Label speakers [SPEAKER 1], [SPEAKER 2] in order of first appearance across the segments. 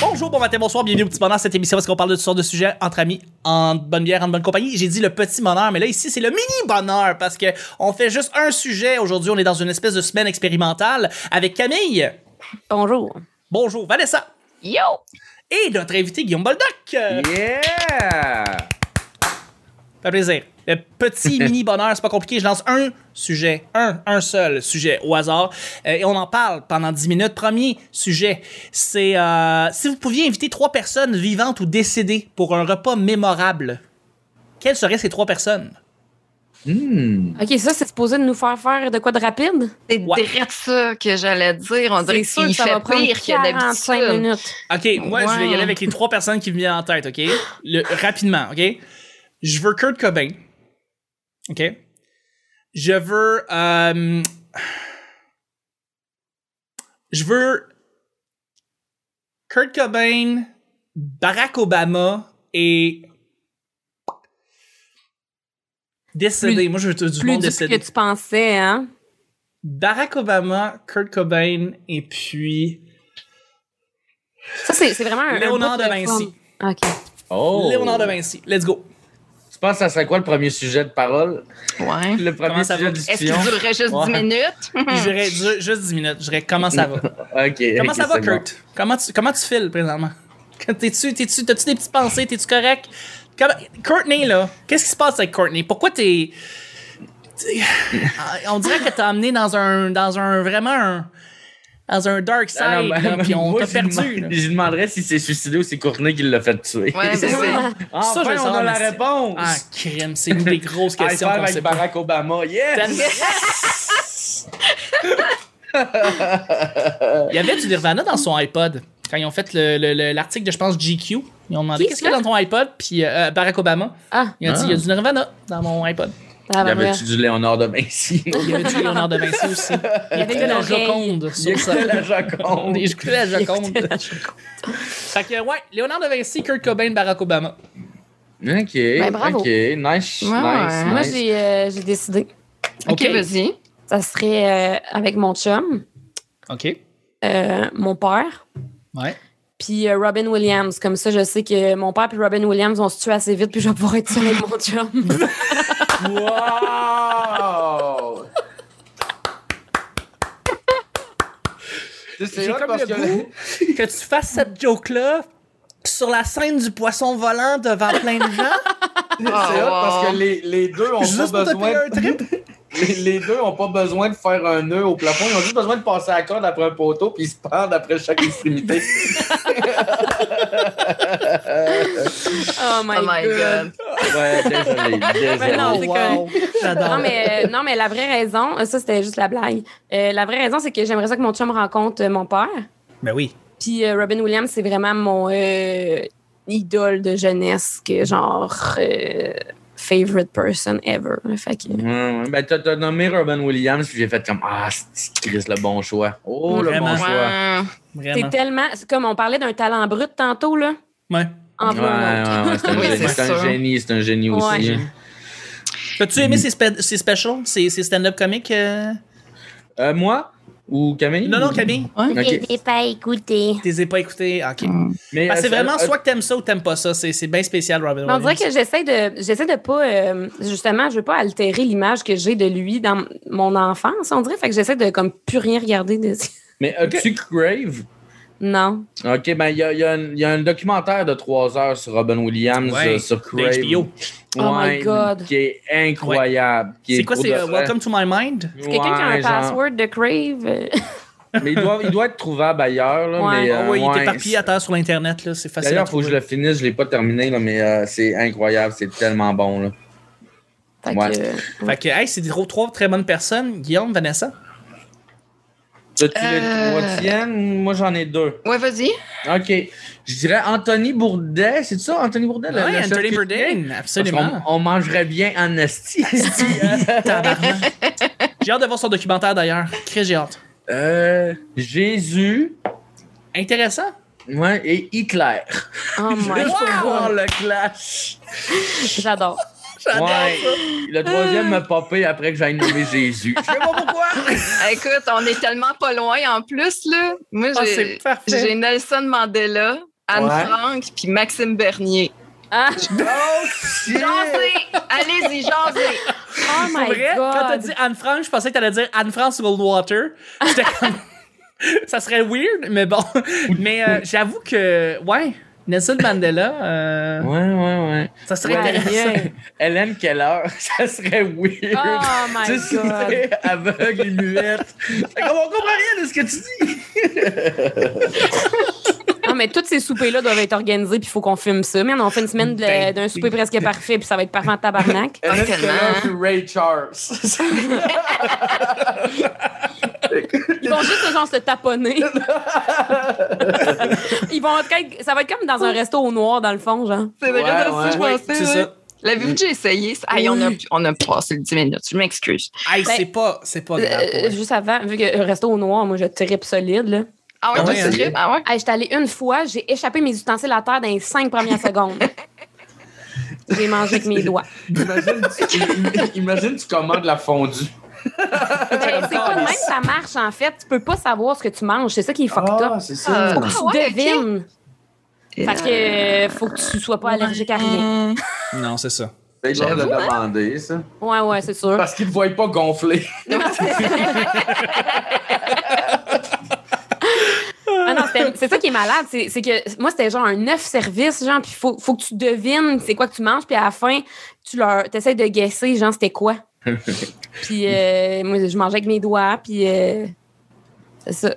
[SPEAKER 1] Bonjour, bon matin, bonsoir, bienvenue au Petit Bonheur, cette émission où est-ce qu'on parle de toutes sortes de sujets entre amis, en bonne bière, en bonne compagnie. J'ai dit le petit bonheur, mais là ici c'est le mini bonheur parce que on fait juste un sujet. Aujourd'hui, on est dans une espèce de semaine expérimentale avec Camille.
[SPEAKER 2] Bonjour.
[SPEAKER 1] Bonjour, Vanessa.
[SPEAKER 2] Yo!
[SPEAKER 1] Et notre invité Guillaume Boldoc. Euh,
[SPEAKER 3] Yeah!
[SPEAKER 1] Fait plaisir. Le petit mini bonheur, c'est pas compliqué. Je lance un sujet, un, un seul sujet au hasard. Euh, et on en parle pendant 10 minutes. Premier sujet, c'est euh, si vous pouviez inviter trois personnes vivantes ou décédées pour un repas mémorable, quelles seraient ces trois personnes?
[SPEAKER 2] OK, ça, c'est supposé de nous faire faire de quoi de rapide?
[SPEAKER 4] C'est
[SPEAKER 1] Ouais.
[SPEAKER 4] direct ça que j'allais dire. On dirait
[SPEAKER 2] sûr
[SPEAKER 4] qu'il
[SPEAKER 2] ça
[SPEAKER 4] fait
[SPEAKER 2] va prendre
[SPEAKER 4] pire que
[SPEAKER 2] 45
[SPEAKER 4] d'habitude.
[SPEAKER 2] minutes.
[SPEAKER 1] OK, moi, je vais y aller avec les trois personnes qui me viennent en tête, OK? Le- rapidement, OK? Je veux Kurt Cobain. OK? Je veux... euh, je veux... Kurt Cobain, Barack Obama et... Décédé. moi, je veux du
[SPEAKER 2] Plus
[SPEAKER 1] monde
[SPEAKER 2] de ce
[SPEAKER 1] décédé.
[SPEAKER 2] que tu pensais, hein?
[SPEAKER 1] Barack Obama, Kurt Cobain et puis...
[SPEAKER 2] Ça, c'est c'est vraiment un.
[SPEAKER 1] Léonard
[SPEAKER 2] un bout
[SPEAKER 1] de Vinci.
[SPEAKER 2] fun. OK.
[SPEAKER 3] Oh!
[SPEAKER 1] Léonard de Vinci. Let's go.
[SPEAKER 3] Tu penses que ça serait quoi le premier sujet de parole?
[SPEAKER 4] Ouais.
[SPEAKER 3] Le premier
[SPEAKER 1] Comment ça
[SPEAKER 3] sujet
[SPEAKER 1] va?
[SPEAKER 3] de
[SPEAKER 4] Est-ce qu'il
[SPEAKER 3] discussion?
[SPEAKER 4] durerait juste
[SPEAKER 3] Ouais.
[SPEAKER 4] 10 minutes?
[SPEAKER 1] Je dirais ju- juste 10 minutes. Je dirais comment ça va.
[SPEAKER 3] Ok.
[SPEAKER 1] Comment
[SPEAKER 3] ok,
[SPEAKER 1] ça va,
[SPEAKER 3] c'est bon.
[SPEAKER 1] Kurt? Comment, tu, comment tu files présentement? T'es-tu, t'es-tu, t'as-tu des petites pensées? T'es-tu correct? Comment- Courtney, là, qu'est-ce qui se passe avec Courtney? Pourquoi t'es. t'es- Ah, on dirait que t'as amené dans un. dans un. vraiment un. dans un dark side,
[SPEAKER 3] Ah non, mais-
[SPEAKER 1] là, puis on
[SPEAKER 3] moi,
[SPEAKER 1] t'a
[SPEAKER 3] je
[SPEAKER 1] perdu.
[SPEAKER 3] lui
[SPEAKER 1] là.
[SPEAKER 3] demande- Je lui demanderais si c'est suicidé ou si c'est Courtney qui l'a fait tuer.
[SPEAKER 4] Ouais, ben oui.
[SPEAKER 3] Enfin,
[SPEAKER 1] je le
[SPEAKER 3] on
[SPEAKER 1] sens,
[SPEAKER 3] a la
[SPEAKER 1] mais-
[SPEAKER 3] réponse!
[SPEAKER 1] Ah, crème, c'est une des grosses
[SPEAKER 3] High
[SPEAKER 1] questions
[SPEAKER 3] five
[SPEAKER 1] qu'on sait
[SPEAKER 3] avec
[SPEAKER 1] pas.
[SPEAKER 3] Barack Obama, yes!
[SPEAKER 1] Il y avait du Nirvana dans son iPod. Quand ils ont fait le- le- le- l'article de, je pense, GQ, ils ont demandé
[SPEAKER 2] Qui
[SPEAKER 1] qu'est-ce qu'il y a
[SPEAKER 2] ça?
[SPEAKER 1] dans ton iPod, puis euh, Barack Obama.
[SPEAKER 2] Ah,
[SPEAKER 1] Il a dit,
[SPEAKER 3] Ah.
[SPEAKER 1] il y a du Nirvana dans mon iPod.
[SPEAKER 2] ça va
[SPEAKER 3] Y
[SPEAKER 2] bien.
[SPEAKER 3] avait-tu du Léonard de Vinci?
[SPEAKER 1] Il y avait du Léonard de Vinci aussi. Il écoutait
[SPEAKER 2] une
[SPEAKER 1] la
[SPEAKER 2] oreille.
[SPEAKER 1] Joconde
[SPEAKER 3] Il
[SPEAKER 1] sur ça.
[SPEAKER 3] écoutait la Joconde.
[SPEAKER 1] J'écoutais la Joconde. Fait que, ouais, Léonard de Vinci, Kurt Cobain, Barack Obama.
[SPEAKER 3] Ok,
[SPEAKER 2] Ben, bravo.
[SPEAKER 3] ok, nice,
[SPEAKER 4] Ouais.
[SPEAKER 2] Moi,
[SPEAKER 3] nice, nice.
[SPEAKER 2] j'ai euh, j'ai décidé.
[SPEAKER 4] OK, Oh
[SPEAKER 1] Ok.
[SPEAKER 4] vas-y.
[SPEAKER 2] Ça serait euh, avec mon chum,
[SPEAKER 1] OK.
[SPEAKER 2] euh, mon père,
[SPEAKER 1] Ouais.
[SPEAKER 2] puis euh, Robin Williams. Comme ça, je sais que mon père et Robin Williams vont se tuer assez vite, puis je vais pouvoir être seule avec mon chum.
[SPEAKER 3] Wow! Tu sais,
[SPEAKER 1] J'ai
[SPEAKER 3] hot
[SPEAKER 1] comme
[SPEAKER 3] parce
[SPEAKER 1] le
[SPEAKER 3] que-
[SPEAKER 1] goût que tu fasses cette joke-là sur la scène du poisson volant devant plein de gens,
[SPEAKER 3] C'est hot parce que les, les deux ont
[SPEAKER 1] juste
[SPEAKER 3] pas
[SPEAKER 1] pour te
[SPEAKER 3] besoin.
[SPEAKER 1] payer un trip.
[SPEAKER 3] Les, les deux ont pas besoin de faire un nœud au plafond. Ils ont juste besoin de passer à la corde après un poteau puis ils se pendent après chaque extrémité.
[SPEAKER 2] oh my,
[SPEAKER 4] Oh my God.
[SPEAKER 3] Ouais, désolé, désolé.
[SPEAKER 2] Mais non, c'est
[SPEAKER 1] wow. J'adore.
[SPEAKER 2] Non mais, euh, non, mais la vraie raison, euh, ça c'était juste la blague. Euh, la vraie raison, c'est que j'aimerais ça que mon chum rencontre euh, mon père.
[SPEAKER 1] Ben oui.
[SPEAKER 2] Puis euh, Robin Williams, c'est vraiment mon euh, idole de jeunesse, que genre euh, favorite person ever. Fait que,
[SPEAKER 3] Ouais, ouais. ben, t'as t'as nommé Robin Williams, puis j'ai fait comme Ah, c'est Chris, le bon choix. Oh, le
[SPEAKER 1] Vraiment.
[SPEAKER 3] bon choix.
[SPEAKER 4] Ouais.
[SPEAKER 2] c'est
[SPEAKER 1] Vraiment.
[SPEAKER 2] tellement, c'est comme on parlait d'un talent brut tantôt là.
[SPEAKER 1] Ouais.
[SPEAKER 2] En
[SPEAKER 3] Ouais,
[SPEAKER 2] vrai, non.
[SPEAKER 3] ouais, ouais, c'est un,
[SPEAKER 4] Oui,
[SPEAKER 3] génie,
[SPEAKER 4] c'est
[SPEAKER 3] c'est un
[SPEAKER 4] sûr.
[SPEAKER 3] génie, c'est un génie aussi. hein.
[SPEAKER 2] Ouais.
[SPEAKER 1] As-tu aimé ces, spe- ces specials, ces, ces stand-up comiques? euh?
[SPEAKER 3] Euh, moi ou Camille
[SPEAKER 1] Non, non, Camille,
[SPEAKER 3] Ok.
[SPEAKER 2] pas écouté.
[SPEAKER 1] tu les as pas écoutés. OK.
[SPEAKER 3] Mais,
[SPEAKER 1] Parce que Ben, c'est
[SPEAKER 3] euh,
[SPEAKER 1] vraiment
[SPEAKER 3] euh,
[SPEAKER 1] soit que t'aimes ça ou t'aimes pas ça. C'est c'est bien spécial, Robin
[SPEAKER 2] Mais On
[SPEAKER 1] Williams.
[SPEAKER 2] dirait que j'essaie de, j'essaie de pas, euh, justement, je veux pas altérer l'image que j'ai de lui dans m- mon enfance. On dirait, fait que j'essaie de comme plus rien regarder de.
[SPEAKER 3] Mais as-tu Crave
[SPEAKER 2] Non.
[SPEAKER 3] Ok, ben il y a, il y a un- il y a un documentaire de 3 heures sur Robin Williams
[SPEAKER 1] Ouais,
[SPEAKER 3] euh, sur
[SPEAKER 1] de
[SPEAKER 3] Crave.
[SPEAKER 1] HBO.
[SPEAKER 2] Oh my
[SPEAKER 3] Ouais,
[SPEAKER 2] God.
[SPEAKER 3] Qui est incroyable. qui est
[SPEAKER 1] C'est quoi,
[SPEAKER 3] pour
[SPEAKER 1] c'est
[SPEAKER 3] de
[SPEAKER 1] euh,
[SPEAKER 3] vrai.
[SPEAKER 1] Welcome to My Mind?
[SPEAKER 2] C'est quelqu'un qui a un
[SPEAKER 3] Ouais, genre.
[SPEAKER 2] password de Crave. euh,
[SPEAKER 3] Mais il doit, il doit être trouvable ailleurs. Là,
[SPEAKER 2] Ouais.
[SPEAKER 3] mais,
[SPEAKER 1] Ah
[SPEAKER 3] euh,
[SPEAKER 1] oui, il est
[SPEAKER 3] ouais,
[SPEAKER 1] éparpillé à terre sur Internet, là. C'est facile. à
[SPEAKER 3] D'ailleurs, faut que je
[SPEAKER 1] trouver.
[SPEAKER 3] le finisse, je l'ai pas terminé, là, mais euh, c'est incroyable, c'est tellement bon. Là.
[SPEAKER 2] fait que,
[SPEAKER 3] Ouais.
[SPEAKER 2] euh,
[SPEAKER 1] Fait que, hey, c'est des gros- trois très bonnes personnes. Guillaume, Vanessa.
[SPEAKER 3] Toi, tu
[SPEAKER 4] Euh.
[SPEAKER 3] le trois tiennes? moi j'en ai deux.
[SPEAKER 4] Ouais, vas-y.
[SPEAKER 3] OK. Je dirais Anthony Bourdet, c'est ça, Anthony Bourdet? le- le
[SPEAKER 1] Ouais,
[SPEAKER 3] chef
[SPEAKER 1] Anthony
[SPEAKER 3] cuisinier?
[SPEAKER 1] Bourdain,
[SPEAKER 3] Parce qu'on-
[SPEAKER 1] absolument.
[SPEAKER 3] On, mangerait bien en esti.
[SPEAKER 1] Tabarnak. J'ai hâte de voir son documentaire, d'ailleurs. Très j'ai hâte.
[SPEAKER 3] Euh, Jésus
[SPEAKER 1] Intéressant.
[SPEAKER 3] ouais, et Hitler.
[SPEAKER 2] Oh my
[SPEAKER 3] Juste pour
[SPEAKER 2] God.
[SPEAKER 3] voir le clash.
[SPEAKER 2] J'adore.
[SPEAKER 3] Ouais. Le troisième m'a popé après que j'aille nommer Jésus. Je
[SPEAKER 2] Oh,
[SPEAKER 3] sais pas pourquoi.
[SPEAKER 4] Écoute, on est tellement pas loin en plus, là. Moi,
[SPEAKER 1] Ah,
[SPEAKER 4] j'ai
[SPEAKER 1] c'est parfait.
[SPEAKER 4] j'ai Nelson Mandela, Anne
[SPEAKER 3] Ouais.
[SPEAKER 4] Frank puis Maxime Bernier.
[SPEAKER 2] Ah,
[SPEAKER 3] Oh, shit!
[SPEAKER 4] Jasez! Allez-y, jasez!
[SPEAKER 2] oh
[SPEAKER 1] Pour
[SPEAKER 2] my
[SPEAKER 1] vrai, quand t'as
[SPEAKER 2] god.
[SPEAKER 1] dit Anne-France, je pensais que t'allais dire Anne-France Goldwater. J'étais comme... ça serait weird, mais bon. Mais euh, j'avoue que, ouais, Nelson Mandela, euh,
[SPEAKER 3] Ouais, ouais, ouais.
[SPEAKER 1] ça serait
[SPEAKER 2] Ouais,
[SPEAKER 1] intéressant.
[SPEAKER 2] yeah.
[SPEAKER 3] Hélène Keller, ça serait weird.
[SPEAKER 2] Oh
[SPEAKER 3] Tu
[SPEAKER 2] my
[SPEAKER 3] sais,
[SPEAKER 2] god.
[SPEAKER 3] c'est aveugle et muette. Fait qu'on- on comprend rien de ce que tu dis.
[SPEAKER 2] Non, mais tous ces soupers-là doivent être organisés, puis il faut qu'on filme ça. Man, on fait une semaine de-
[SPEAKER 1] Ben,
[SPEAKER 2] d'un souper presque parfait, puis ça va être parfait en tabarnak.
[SPEAKER 4] Ah,
[SPEAKER 3] Hélène
[SPEAKER 4] tellement,
[SPEAKER 3] Keller
[SPEAKER 4] hein.
[SPEAKER 3] puis Ray Charles. C'est
[SPEAKER 2] Ils vont juste genre se taponner. Ils vont être comme- ça va être comme dans un resto au noir dans le fond, genre.
[SPEAKER 4] C'est
[SPEAKER 3] Ouais,
[SPEAKER 4] vrai, c'est ça,
[SPEAKER 3] ouais.
[SPEAKER 4] je
[SPEAKER 1] Ouais,
[SPEAKER 4] pensais.
[SPEAKER 1] c'est
[SPEAKER 4] ouais.
[SPEAKER 1] ça.
[SPEAKER 4] L'avez-vous déjà essayé? ça? Aïe, on, a,
[SPEAKER 1] Oui.
[SPEAKER 4] on a passé le 10 minutes, je m'excuse.
[SPEAKER 1] Hey,
[SPEAKER 2] Ben,
[SPEAKER 1] c'est pas, c'est pas grave. pour
[SPEAKER 2] Euh,
[SPEAKER 1] vrai.
[SPEAKER 2] juste avant, vu que le resto au noir, moi, je tripe solide, là.
[SPEAKER 4] Ah ouais,
[SPEAKER 1] Ah
[SPEAKER 4] t'as
[SPEAKER 1] ouais,
[SPEAKER 4] essayé?
[SPEAKER 3] hein?
[SPEAKER 4] Ah ouais?
[SPEAKER 2] Hey, j'étais allée une fois, j'ai échappé mes ustensiles à terre dans les cinq premières secondes. J'ai mangé avec mes doigts.
[SPEAKER 3] Imagine, tu- imagine, tu commandes la fondue.
[SPEAKER 2] Ben, c'est pas de même que ça marche, en fait. Tu peux pas savoir ce que tu manges. C'est ça qui est fucked up. Euh,
[SPEAKER 3] Ah, c'est ça.
[SPEAKER 4] Ah.
[SPEAKER 2] Faut que tu
[SPEAKER 4] ouais, ok.
[SPEAKER 2] devines. Parce que euh, faut que tu sois pas allergique à rien.
[SPEAKER 4] Euh,
[SPEAKER 1] Euh, Non, c'est ça.
[SPEAKER 3] C'est le genre de
[SPEAKER 4] J'avoue, hein.
[SPEAKER 3] demander, ça.
[SPEAKER 2] Ouais, ouais, c'est sûr.
[SPEAKER 3] Parce qu'ils ne te voient pas gonfler.
[SPEAKER 2] Ah non, c'était- c'est ça qui est malade. C'est c'est que moi, c'était genre un neuf service, genre, puis faut, faut que tu devines c'est quoi que tu manges, puis à la fin, tu leur essaies de guesser, genre, c'était quoi. puis euh, moi, je mangeais avec mes doigts, puis euh, c'est ça.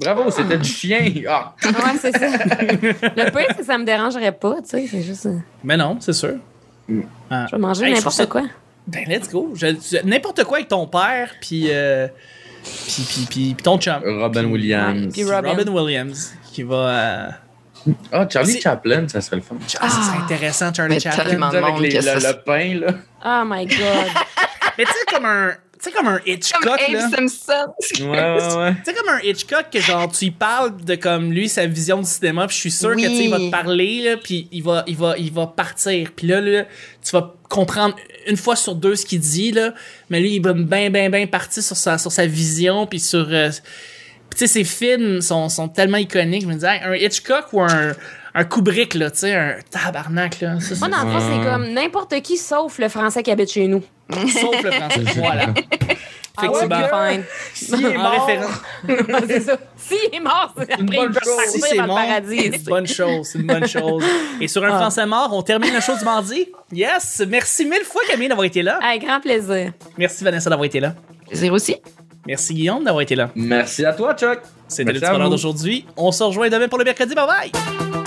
[SPEAKER 3] Bravo, c'était du chien. Ah.
[SPEAKER 2] Ouais, c'est ça. Le pire, c'est que ça me dérangerait pas, tu sais. C'est juste. euh,
[SPEAKER 1] Mais non, c'est sûr. Ah.
[SPEAKER 2] Je vais manger
[SPEAKER 1] Hey, je trouve ça-
[SPEAKER 2] n'importe quoi.
[SPEAKER 1] Ben, let's go. Je- je- N'importe quoi avec ton père, puis, euh, puis, puis, puis- puis ton chum.
[SPEAKER 3] Robin
[SPEAKER 2] Ouais,
[SPEAKER 3] Williams.
[SPEAKER 2] puis Robin.
[SPEAKER 1] Williams, qui va. euh,
[SPEAKER 3] Ah, Charlie
[SPEAKER 1] C'est-
[SPEAKER 3] Chaplin, ça serait le fun.
[SPEAKER 1] Ah, ça, c'est intéressant, Charlie
[SPEAKER 4] Mais
[SPEAKER 1] Chaplin.
[SPEAKER 4] tellement.
[SPEAKER 3] Tu sais, avec
[SPEAKER 4] monde
[SPEAKER 3] les-
[SPEAKER 4] que ça,
[SPEAKER 3] le,
[SPEAKER 4] c'est-
[SPEAKER 3] le pain, là.
[SPEAKER 2] Oh my God.
[SPEAKER 1] Mais tu sais, comme un. Tu sais, comme un Hitchcock,
[SPEAKER 4] Comme
[SPEAKER 1] là.
[SPEAKER 4] Abe Simpson.
[SPEAKER 3] Ouais, ouais, ouais.
[SPEAKER 1] Tu sais, comme un Hitchcock, que genre, tu y parles de comme lui, sa vision du cinéma, puis je suis sûr que tu sais, il va
[SPEAKER 4] Oui.
[SPEAKER 1] te parler, là, puis il va, il, va, il va partir. Puis là, là, tu vas comprendre une fois sur deux ce qu'il dit, là, mais lui, il ben, va bien, bien, bien partir sur sa, sur sa vision, puis sur. euh, puis tu sais, ses films sont, sont tellement iconiques. Je me disais, hey, un Hitchcock ou un, un Kubrick, là, tu sais, un tabarnak, là. Ça,
[SPEAKER 2] Moi, dans le fond, c'est comme n'importe qui sauf le français qui habite chez nous.
[SPEAKER 1] c'est- sauf le français. Voilà.
[SPEAKER 2] Ah ouais,
[SPEAKER 1] Effectivement.
[SPEAKER 2] fine.
[SPEAKER 3] S'il est
[SPEAKER 1] En
[SPEAKER 3] mort,
[SPEAKER 1] référence.
[SPEAKER 2] c'est ça. S'il est mort, c'est après, il
[SPEAKER 3] bonne
[SPEAKER 2] va
[SPEAKER 3] chose.
[SPEAKER 1] Si
[SPEAKER 2] partir
[SPEAKER 1] c'est
[SPEAKER 2] dans le
[SPEAKER 1] mort,
[SPEAKER 2] paradis.
[SPEAKER 1] c'est une bonne chose, c'est une bonne chose. Et sur un
[SPEAKER 2] Ah.
[SPEAKER 1] Français mort, on termine le show du mardi. Yes! Merci mille fois, Camille, d'avoir été là.
[SPEAKER 2] Avec grand plaisir.
[SPEAKER 1] Merci, Vanessa, d'avoir été là.
[SPEAKER 4] Plaisir aussi.
[SPEAKER 1] Merci, Guillaume, d'avoir été là.
[SPEAKER 3] Merci à toi, Chuck.
[SPEAKER 1] C'était le
[SPEAKER 3] Merci
[SPEAKER 1] petit
[SPEAKER 3] à
[SPEAKER 1] bonheur
[SPEAKER 3] vous.
[SPEAKER 1] d'aujourd'hui. On se rejoint demain pour le mercredi. Bye bye!